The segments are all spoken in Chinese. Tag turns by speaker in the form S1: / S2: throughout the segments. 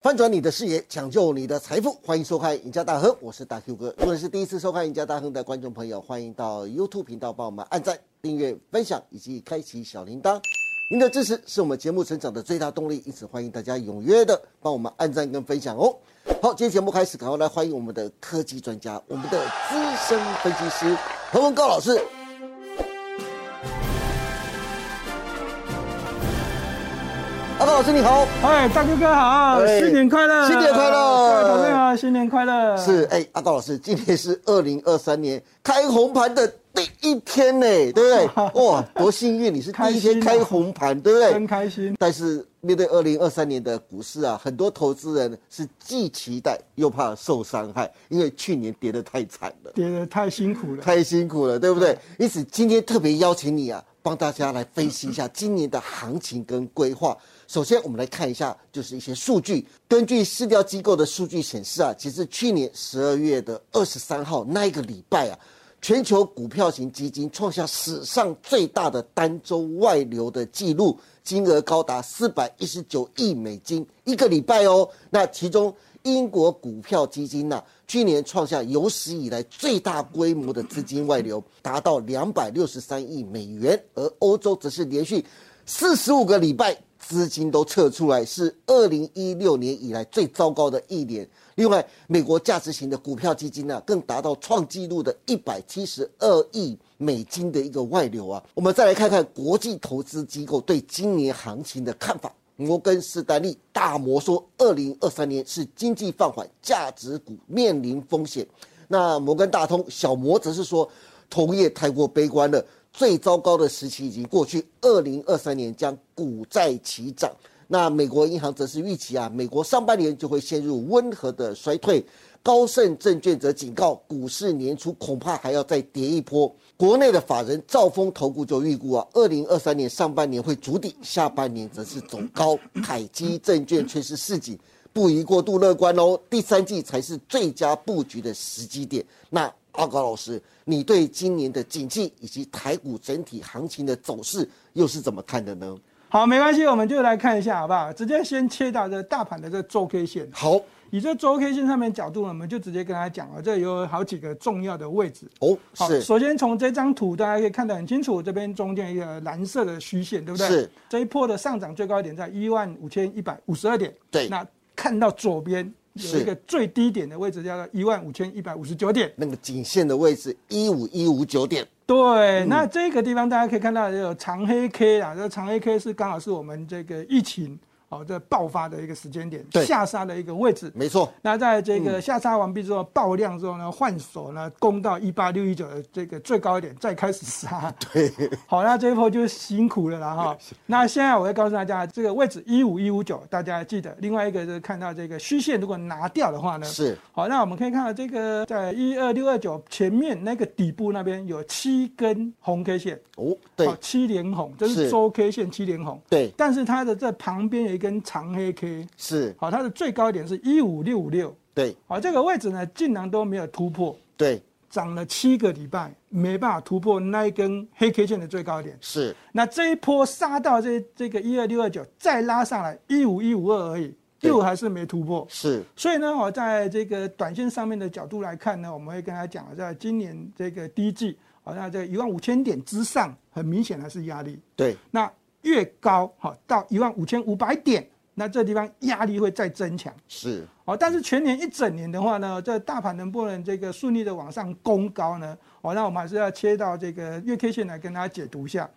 S1: 翻转你的视野，抢救你的财富，欢迎收看《赢家大亨》，我是大 Q 哥。如果是第一次收看《赢家大亨》的观众朋友，欢迎到 YouTube 频道帮我们按赞、订阅、分享以及开启小铃铛。您的支持是我们节目成长的最大动力，因此欢迎大家踊跃的帮我们按赞跟分享哦。好，今天节目开始，赶快来欢迎我们的科技专家，我们的资深分析师何文高老师。阿高老师你好。
S2: 哎，大哥哥好，
S1: 哎
S2: 新年快乐！
S1: 新年快乐
S2: 各位朋友啊，新年快乐！
S1: 是，哎、阿高老师，今天是二零二三年开红盘的第一天呢，对不 对？哇，多幸运，你是第一天
S2: 开心啊
S1: 开红盘，对不对？
S2: 真开心。
S1: 但是面对二零二三年的股市啊，很多投资人是既期待又怕受伤害，因为去年跌得太惨了，
S2: 跌得太辛苦了。
S1: 太辛苦了，对不对？因此今天特别邀请你啊，帮大家来分析一下今年的行情跟规划。首先，我们来看一下，就是一些数据。根据市调机构的数据显示啊，截至去年十二月的二十三号那一个礼拜啊，全球股票型基金创下史上最大的单周外流的记录，金额高达四百一十九亿美金，一个礼拜哦。那其中，英国股票基金呐、去年创下有史以来最大规模的资金外流，达到两百六十三亿美元，而欧洲则是连续四十五个礼拜资金都撤出来，是二零一六年以来最糟糕的一年。另外，美国价值型的股票基金呢、更达到创纪录的一百七十二亿美金的一个外流啊。我们再来看看国际投资机构对今年行情的看法。摩根士丹利大摩说，二零二三年是经济放缓，价值股面临风险。那摩根大通小摩则是说，同业太过悲观了，最糟糕的时期已经过去，二零二三年将股债齐涨。那美国银行则是预期啊，美国上半年就会陷入温和的衰退。高盛证券则警告，股市年初恐怕还要再跌一波。国内的法人兆丰投顾就预估啊，二零二三年上半年会筑底，下半年则是走高。凯基证券却是市井不宜过度乐观哦，第三季才是最佳布局的时机点。那阿高老师，你对今年的景气以及台股整体行情的走势又是怎么看的呢？
S2: 好，没关系，我们就来看一下，好不好？直接先切到这大盘的这周 K 线，
S1: 好
S2: 以这周 K 线上面角度呢，我们就直接跟他讲了，这有好几个重要的位置。
S1: 哦，
S2: 好，
S1: 是
S2: 首先从这张图大家可以看得很清楚，这边中间一个蓝色的虚线，对不对？
S1: 是。
S2: 这一波的上涨最高点在一万五千一百五十二点。
S1: 对
S2: 那看到左边有
S1: 是
S2: 一个最低点的位置，叫做一万五千一百五十九点。
S1: 那个颈线的位置一五一五九点，嗯
S2: 对，那这个地方大家可以看到有长黑 K 啦，这长黑 K 是刚好是我们这个疫情哦这爆发的一个时间点
S1: 对，嗯
S2: 下杀的一个位置。
S1: 没错，
S2: 那在这个下杀完毕之后爆量之后呢，换手呢攻到一八六一九的这个最高点，再开始杀。
S1: 对，
S2: 好，那这一波就辛苦了啦 哈。那现在我会告诉大家，这个位置一五一五九，大家记得。另外一个就是看到这个虚线，如果拿掉的话呢，
S1: 是
S2: 好，那我们可以看到这个在一二六二九前面那个底部那边有七根红 K 线，
S1: 哦，对
S2: 好，七连红，这
S1: 是
S2: 是周 K 线七连红。
S1: 对
S2: 但是它的这旁边有一根长黑 K，
S1: 是，
S2: 好，它的最高点是一五六五六，
S1: 对
S2: 好，这个位置呢竟然都没有突破，
S1: 对
S2: 涨了七个礼拜没办法突破那一根黑 K 线的最高点。
S1: 是，
S2: 那这一波杀到这这个一二六二九，再拉上来一五一五二而已，
S1: 对
S2: 又还是没突破。
S1: 是
S2: 所以呢，我在这个短线上面的角度来看呢，我们会跟他讲，在今年这个第一季，好，那这一万五千点之上，很明显还是压力。
S1: 对
S2: 那越高，好到一万五千五百点，那这地方压力会再增强。
S1: 是，
S2: 哦，但是全年一整年的话呢，这大盘能不能这个顺利的往上攻高呢？哦，那我们还是要切到这个月 K 线来跟大家解读一下。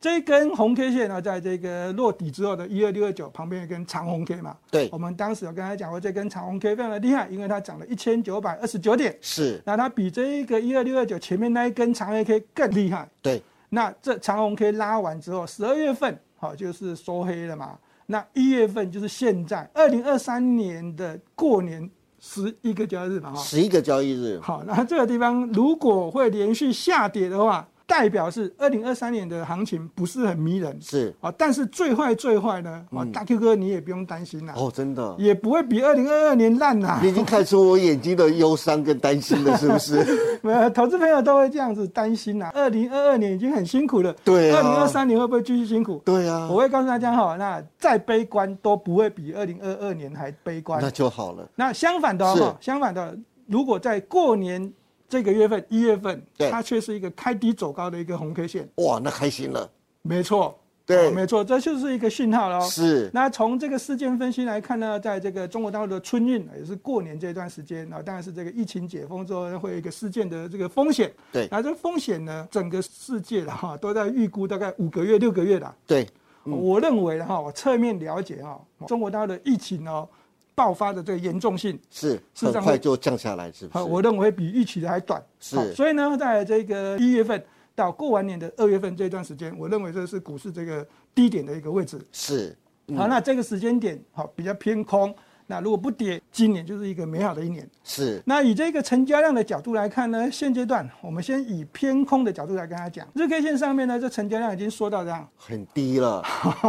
S2: 这一根红 K 线呢，在这个落底之后的一二六二九旁边有一根长红 K 嘛，
S1: 对
S2: 我们当时有跟他讲过，这根长红 K 非常的厉害，因为它涨了一千九百二十九点，
S1: 是，
S2: 那它比这一个一二六二九前面那一根长黑 K 更厉害。
S1: 对
S2: 那这长红 K 拉完之后，十二月份好、就是收黑了嘛。那一月份就是现在二零二三年的过年十一个交易日嘛哈。
S1: 十一个交易日，
S2: 好，那这个地方如果会连续下跌的话，代表是二零二三年的行情不是很迷人
S1: 是嗯
S2: 啊，但是最坏最坏呢，啊，大 Q 哥你也不用担心啦，
S1: 哦，真的，
S2: 也不会比二零二二年烂啦。
S1: 你已经看出我眼睛的忧伤跟担心了，是不 是？
S2: 没有， 投资朋友都会这样子担心啦。二零二二年已经很辛苦了，
S1: 对啊
S2: 二零二三年会不会继续辛苦？
S1: 对啊
S2: 我，会告诉大家哈，那再悲观都不会比二零二二年还悲观。
S1: 那就好了。
S2: 那相反的哦哈，相反的，如果在过年这个月份一月份，
S1: 对
S2: 它却是一个开低走高的一个红 K 线，
S1: 哇，那开心了，
S2: 没错，
S1: 对
S2: 哦没错，这就是一个讯号哦喽。
S1: 是
S2: 那从这个事件分析来看呢，在这个中国大陆的春运也是过年这段时间啊，当然是这个疫情解封之后会有一个事件的这个风险。
S1: 对
S2: 那这风险呢，整个世界的哈都在预估大概五个月、六个月的。
S1: 对，
S2: 我认为的哈，我侧面了解哈，中国大陆的疫情哦爆发的这个严重性，
S1: 是
S2: 事实
S1: 很
S2: 上
S1: 快就降下来，是不
S2: 好，
S1: 是？
S2: 我认为比预期的还短。
S1: 是
S2: 好所以呢，在这个一月份到过完年的二月份这段时间，我认为这是股市这个低点的一个位置。
S1: 是
S2: 好，那这个时间点好比较偏空。那如果不跌，今年就是一个美好的一年。
S1: 是
S2: 那以这个成交量的角度来看呢，现阶段我们先以偏空的角度来跟大家讲，日 K 线上面呢，这成交量已经缩到这样，
S1: 很低了，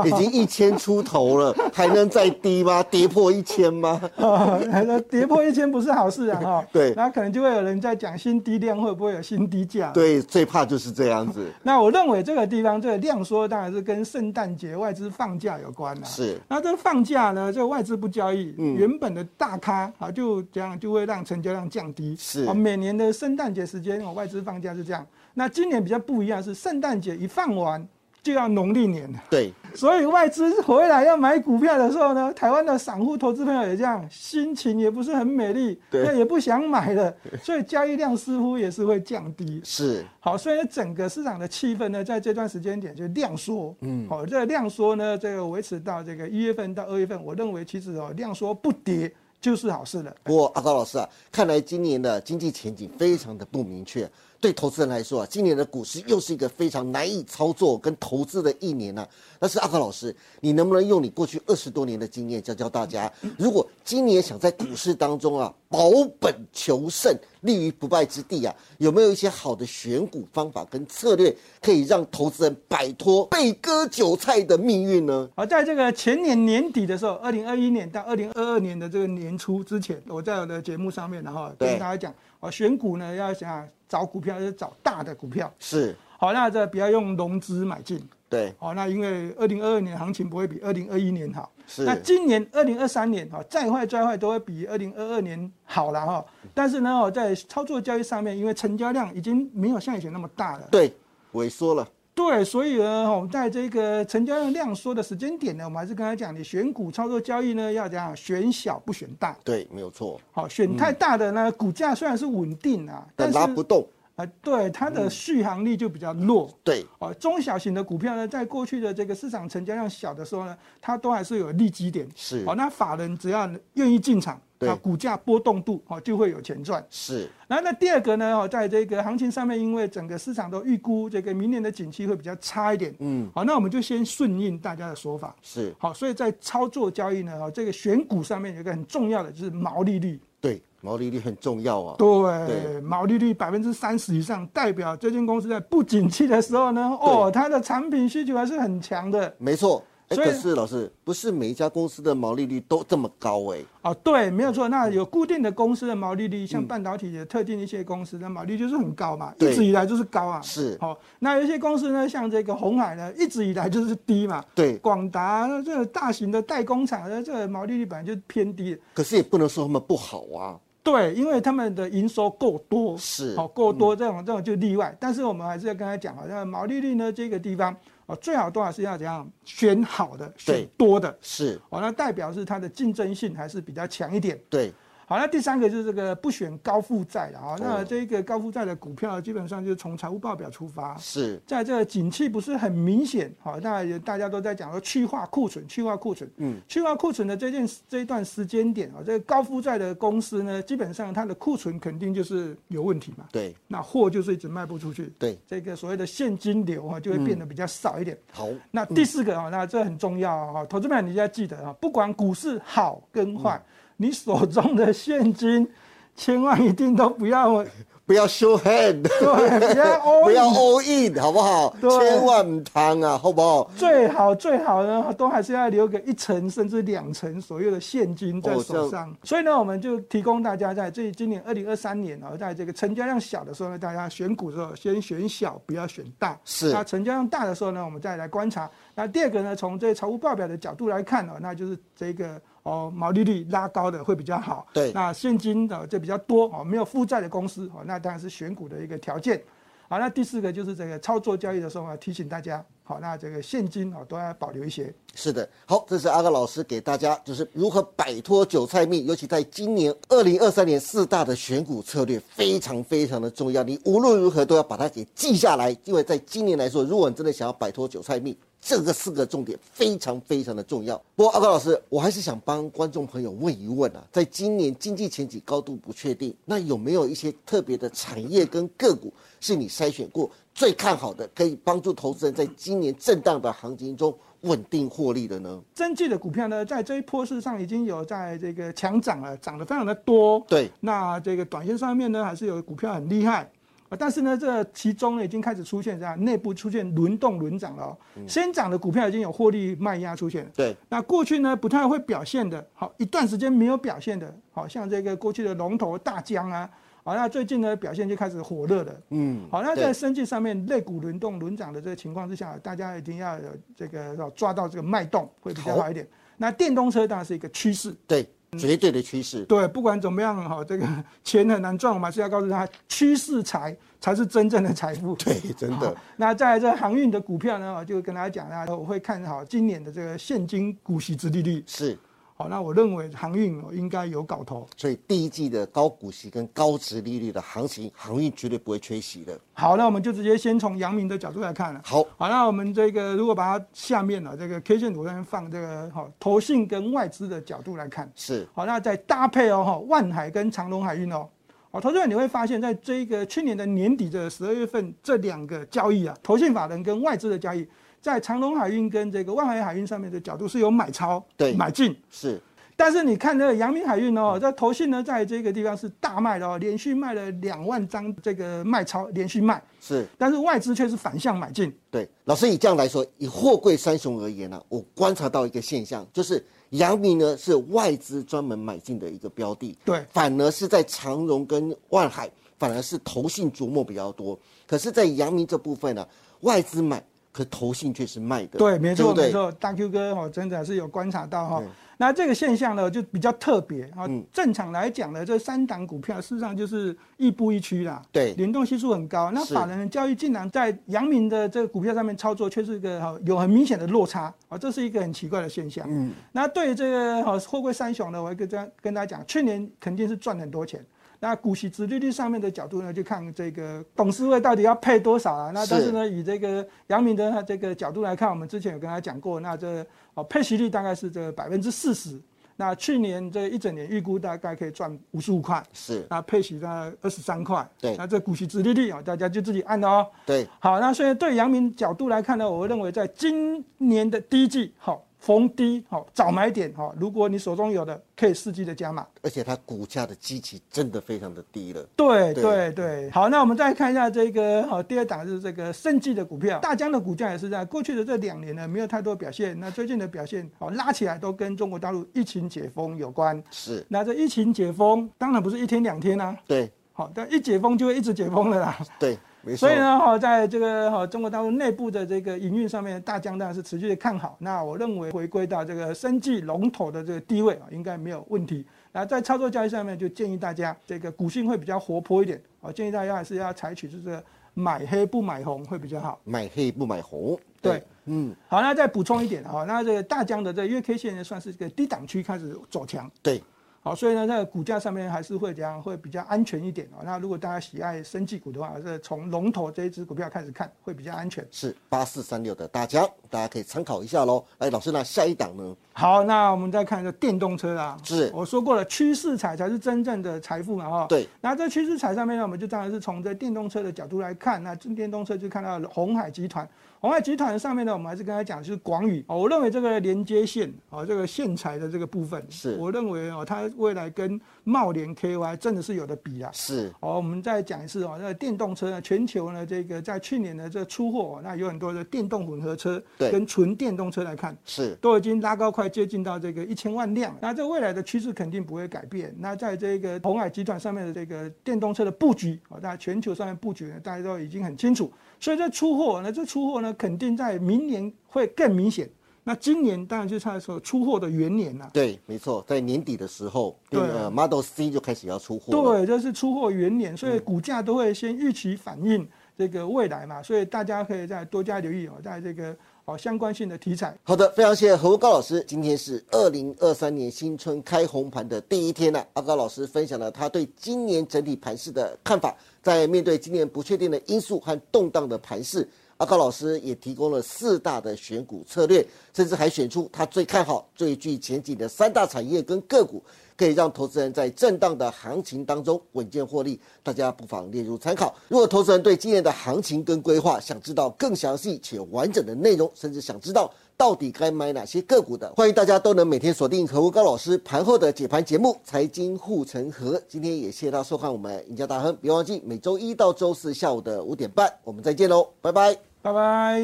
S1: 已经一千出头了，还能再低吗？ 跌破一千吗？
S2: 呃，跌破一千不是好事啊哈。
S1: 对
S2: 那可能就会有人在讲新低量会不会有新低价？。
S1: 对，最怕就是这样子。
S2: 那我认为这个地方这个量缩当然是跟圣诞节外资放假有关啊啦、
S1: 是
S2: 那这放假呢，这个外资不交易，
S1: 嗯
S2: 原本的大咖啊，就这样就会让成交量降低。
S1: 是
S2: 啊，每年的圣诞节时间哦，外资放假是这样。那今年比较不一样是圣诞节一放完就要农历年了，
S1: 对，
S2: 所以外资回来要买股票的时候呢，台湾的散户投资朋友也这样，心情也不是很美丽，
S1: 对
S2: 那也不想买了，所以交易量似乎也是会降低。
S1: 是
S2: 好，所以呢整个市场的气氛呢，在这段时间点就量缩，嗯，好、这个量缩呢，这个维持到这个一月份到二月份，我认为其实哦，量缩不跌就是好事了。
S1: 不过阿高老师啊，看来今年的经济前景非常的不明确。对投资人来说啊，今年的股市又是一个非常难以操作跟投资的一年呢、但是阿高老师，你能不能用你过去二十多年的经验教教大家，如果今年想在股市当中啊保本求胜，立于不败之地啊，有没有一些好的选股方法跟策略，可以让投资人摆脱被割韭菜的命运呢？
S2: 好，在这个前年年底的时候，二零二一年到二零二二年的这个年初之前，我在我的节目上面，然后
S1: 对
S2: 跟大家讲，哦，选股呢要想找股票，要找大的股票。
S1: 是，
S2: 好，那这不要用融资买进。
S1: 对，
S2: 好，那因为二零二二年行情不会比二零二一年好，
S1: 是
S2: 那今年二零二三年哈，再坏再坏都会比二零二二年好了哈。但是呢，哦，在操作交易上面，因为成交量已经没有像以前那么大了，
S1: 对，萎缩了，
S2: 对，所以呢，我们在这个成交量量缩的时间点呢，我们还是跟他讲，你选股操作交易呢，要怎样选小不选大。
S1: 对，没有错，
S2: 好，选太大的呢，股价虽然是稳定啊，但
S1: 嗯但
S2: 是
S1: 拉不嗯动。
S2: 啊，对它的续航力就比较弱。
S1: 对，
S2: 哦，中小型的股票呢，在过去的这个市场成交量小的时候呢，它都还是有利基点。
S1: 是
S2: 哦，那法人只要愿意进场，
S1: 对
S2: 啊，股价波动度哦就会有钱赚。
S1: 是
S2: 然后那第二个呢，哦，在这个行情上面，因为整个市场都预估这个明年的景气会比较差一点，嗯，好，那我们就先顺应大家的说法。
S1: 是，
S2: 好，所以在操作交易呢，哦，这个选股上面有一个很重要的就是毛利率。
S1: 对，毛利率很重要啊。对
S2: 对，毛利率百分之三十以上，代表这间公司在不景气的时候呢，哦，它的产品需求还是很强的
S1: 没错，哎，
S2: 所以
S1: 可是老师，不是每一家公司的毛利率都这么高哎、
S2: 哦。对，没有错。那
S1: 嗯
S2: 有固定的公司的毛利率，像半导体的特定一些公司的毛利率就是很高嘛，
S1: 对
S2: 一直以来就是高啊。
S1: 是
S2: 哦，那有一些公司呢，像这个红海呢，一直以来就是低嘛。
S1: 对
S2: 广达这个大型的代工厂呢，这个毛利率本来就偏低的。
S1: 可是也不能说他们不好啊。
S2: 对，因为他们的营收够多，
S1: 是嗯
S2: 哦，够多这种这种就例外，但是我们还是要跟他讲，好像毛利率呢这个地方哦，最好都还是要怎样选好的，选
S1: 对
S2: 多的，
S1: 是，
S2: 哦，那代表是它的竞争性还是比较强一点。
S1: 对，
S2: 好，那第三个就是这个不选高负债了啊，哦那这个高负债的股票基本上就是从财务报表出发，
S1: 是，
S2: 在这个景气不是很明显，好，那也大家都在讲说去化库存，去化库存，嗯，去化库存的这件这一段时间点啊，这个高负债的公司呢，基本上它的库存肯定就是有问题嘛，
S1: 对，
S2: 那货就是一直卖不出去，
S1: 对，
S2: 这个所谓的现金流啊，就会变得比较少一点。
S1: 好，
S2: 那第四个啊，那这很重要啊，投资朋友你要记得啊，不管股市好
S1: 嗯
S2: 跟坏，你手中的现金千万一定都不要
S1: 不不要 show hand，
S2: 对，不要 all，
S1: 不要
S2: in
S1: all in，好不好？
S2: 对
S1: 千万唔贪啊，好不好？
S2: 最好最好呢，哦都还是要留个一层甚至两层左右的现金在
S1: 哦
S2: 手上。所以呢，我们就提供大家在这今年二零二三年哦，在这个成交量小的时候呢，大家选股的时候先选小，不要选大。
S1: 是
S2: 那成交量大的时候呢，我们再来观察。那第二个呢，从这财务报表的角度来看哦，那就是这个哦毛利率拉高的会比较好。
S1: 对
S2: 那现金哦这比较多哦，没有负债的公司哦，那当然是选股的一个条件。好，那第四个就是这个操作交易的时候啊，提醒大家，好，那这个现金哦都要保留一些。
S1: 是的，好，这是阿格老师给大家就是如何摆脱韭菜命，尤其在今年二零二三年四大的选股策略非常非常的重要，你无论如何都要把它给记下来，因为在今年来说，如果你真的想要摆脱韭菜命，这个四个重点非常非常的重要。不过阿高老师，我还是想帮观众朋友问一问啊，在今年经济前景高度不确定，那有没有一些特别的产业跟个股是你筛选过最看好的，可以帮助投资人在今年震荡的行情中？稳定获利的呢？
S2: 增技的股票呢，在这一波市上已经有在这个强涨了，涨得非常的多。
S1: 对，
S2: 那这个短线上面呢，还是有股票很厉害。啊但是呢，这其中呢已经开始出现这样内部出现轮动轮涨了、哦，
S1: 嗯
S2: 先涨的股票已经有获利卖压出现了。
S1: 对，
S2: 那过去呢不太会表现的，好一段时间没有表现的，好像这个过去的龙头大疆啊，好那最近呢表现就开始火热了。
S1: 嗯，
S2: 好，那
S1: 对
S2: 在生计上面，类股轮动轮涨的这个情况之下，大家一定要有这个要抓到这个脉动会比较好一点。那电动车当然是一个趋势，
S1: 对，绝对的趋势，
S2: 对，不管怎么样哈，这个 钱很难赚，我们还是要告诉他，趋势财才是真正的财富。
S1: 对，真
S2: 好。那在这航运的股票呢，我就跟大家讲啦，我会看好今年的这个现金股息之利率。
S1: 是。
S2: 好，那我认为航运哦应该有搞头。
S1: 所以第一季的高股息跟高值利率的行情，航运绝对不会缺席的。
S2: 好，那我们就直接先从阳明的角度来看了。
S1: 好，
S2: 好，那我们这个如果把它下面呢、这个 K 线图上面放这个好、投信跟外资的角度来看，
S1: 是
S2: 好，那再搭配哦哈万海跟长隆海运哦，好，投资者你会发现在这一个去年的年底的十二月份这两个交易啊，投信法人跟外资的交易，在长隆海运跟这个万海海运上面的角度是有买超
S1: 对
S2: 买进，
S1: 是，
S2: 但是你看这个阳明海运哦，这投信呢在这个地方是大卖的哦，连续卖了两万张这个卖超连续卖，
S1: 是
S2: 但是外资却是反向买进。
S1: 对。老师以这样来说，以货柜三雄而言呢、我观察到一个现象，就是阳明呢是外资专门买进的一个标的，
S2: 对
S1: 反而是在长荣跟万海，反而是投信琢磨比较多。可是，在阳明这部分呢、啊外资买，可投信却是卖的，
S2: 对，没错
S1: 不对
S2: 没错，大 Q 哥哦，真的还是有观察到哈、那这个现象呢，就比较特别啊、正常来讲呢，这三档股票事实上就是亦步亦趋啦，
S1: 对
S2: 联动系数很高。那
S1: 是
S2: 法人的交易竟然在阳明的这个股票上面操作，却是一个哈有很明显的落差啊、这是一个很奇怪的现象。嗯，那对于这个哈货柜三雄呢，我会跟大家跟大家讲，去年肯定是赚很多钱。那股息殖利率上面的角度呢，就看这个董事会到底要配多少啊？那但
S1: 是
S2: 是呢，以这个杨明的这个角度来看，我们之前有跟他讲过，那这哦配息率大概是这百分之四十。那去年这一整年预估大概可以赚五十五块，
S1: 是，
S2: 那配息大概二十三块。
S1: 对
S2: 那这股息殖利率啊，大家就自己按了哦。
S1: 对，
S2: 好，那所以对阳明角度来看呢，我会认为在今年的第一季，好、逢低好、早买点好、如果你手中有的，可以伺机的加码。
S1: 而且它股价的基期真的非常的低了。
S2: 对
S1: 对
S2: 对对，好，那我们再看一下这个好、第二档是这个生技的股票，大疆的股价也是在过去的这两年呢没有太多表现，那最近的表现好、拉起来都跟中国大陆疫情解封有关。
S1: 是，
S2: 那这疫情解封当然不是一天两天啦、
S1: 对
S2: 好，但一解封就会一直解封了啦。
S1: 对，没错
S2: 所以。呢，哈，在这个哈中国大陆内部的这个营运上面，大疆当然是持续的看好。那我认为回归到这个生技龙头的这个地位啊，应该没有问题。然后在操作交易上面，就建议大家这个股性会比较活泼一点啊，建议大家还是要采取就是买黑不买红会比较好。
S1: 买黑不买红。
S2: 对，
S1: 嗯，
S2: 好，那再补充一点哈，那这个大疆的这个月 K 线呢，算是这个低档区开始走强。
S1: 对，
S2: 好，所以呢，在股价上面还是会怎样，会比较安全一点哦。那如果大家喜爱生技股的话，还是从龙头这一只股票开始看，会比较安全。
S1: 是八四三六的大疆。大家可以参考一下喽。哎，老师，那下一档呢？
S2: 好，那我们再看这电动车啦。
S1: 是
S2: 我说过了，趋势彩才是真正的财富嘛，哈。
S1: 对。
S2: 那这趋势彩上面呢，我们就当然是从这电动车的角度来看，那这电动车就看到了红海集团。红海集团上面呢，我们还是跟他讲就是广宇哦，我认为这个连接线哦，这个线材的这个部分，
S1: 是
S2: 我认为哦，它未来跟茂联 KY 真的是有的比啦。
S1: 是
S2: 好，我们再讲一次哦，那个电动车呢，全球呢这个在去年的这个出货、哦，那有很多的电动混合车
S1: 对
S2: 跟纯电动车来看，
S1: 是
S2: 都已经拉高快接近到这个一千万辆了，那这未来的趋势肯定不会改变。那在这个红海集团上面的这个电动车的布局啊，在全球上面布局呢，大家都已经很清楚。所以这出货呢，这出货呢，肯定在明年会更明显。那今年当然就是它所出货的元年啦、
S1: 对，没错，在年底的时候，
S2: 对啊
S1: 呃，Model C 就开始要出货了。
S2: 对，这是出货元年，所以股价都会先预期反映这个未来嘛，所以大家可以再多加留意哦，在这个哦相关性的题材。
S1: 好的，非常谢谢何文高老师。今天是二零二三年新春开红盘的第一天呢、阿高老师分享了他对今年整体盘势的看法，在面对今年不确定的因素和动荡的盘势，阿高老师也提供了四大的选股策略，甚至还选出他最看好、最具前景的三大产业跟个股，可以让投资人在震荡的行情当中稳健获利。大家不妨列入参考。如果投资人对今年的行情跟规划想知道更详细且完整的内容，甚至想知道到底该买哪些个股的，欢迎大家都能每天锁定何国高老师盘后的解盘节目《财经护城河》。今天也谢谢大家收看我们赢家大亨，别忘记每周一到周四下午的五点半，我们再见喽，拜拜。
S2: 拜拜。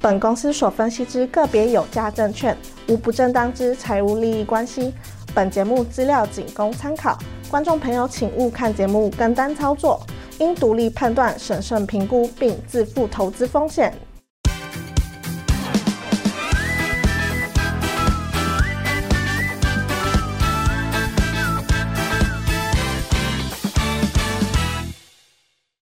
S3: 本公司所分析之个别有价证券，无不正当之财务利益关系。本节目资料仅供参考，观众朋友请勿看节目跟单操作，应独立判断、审慎评估并自负投资风险。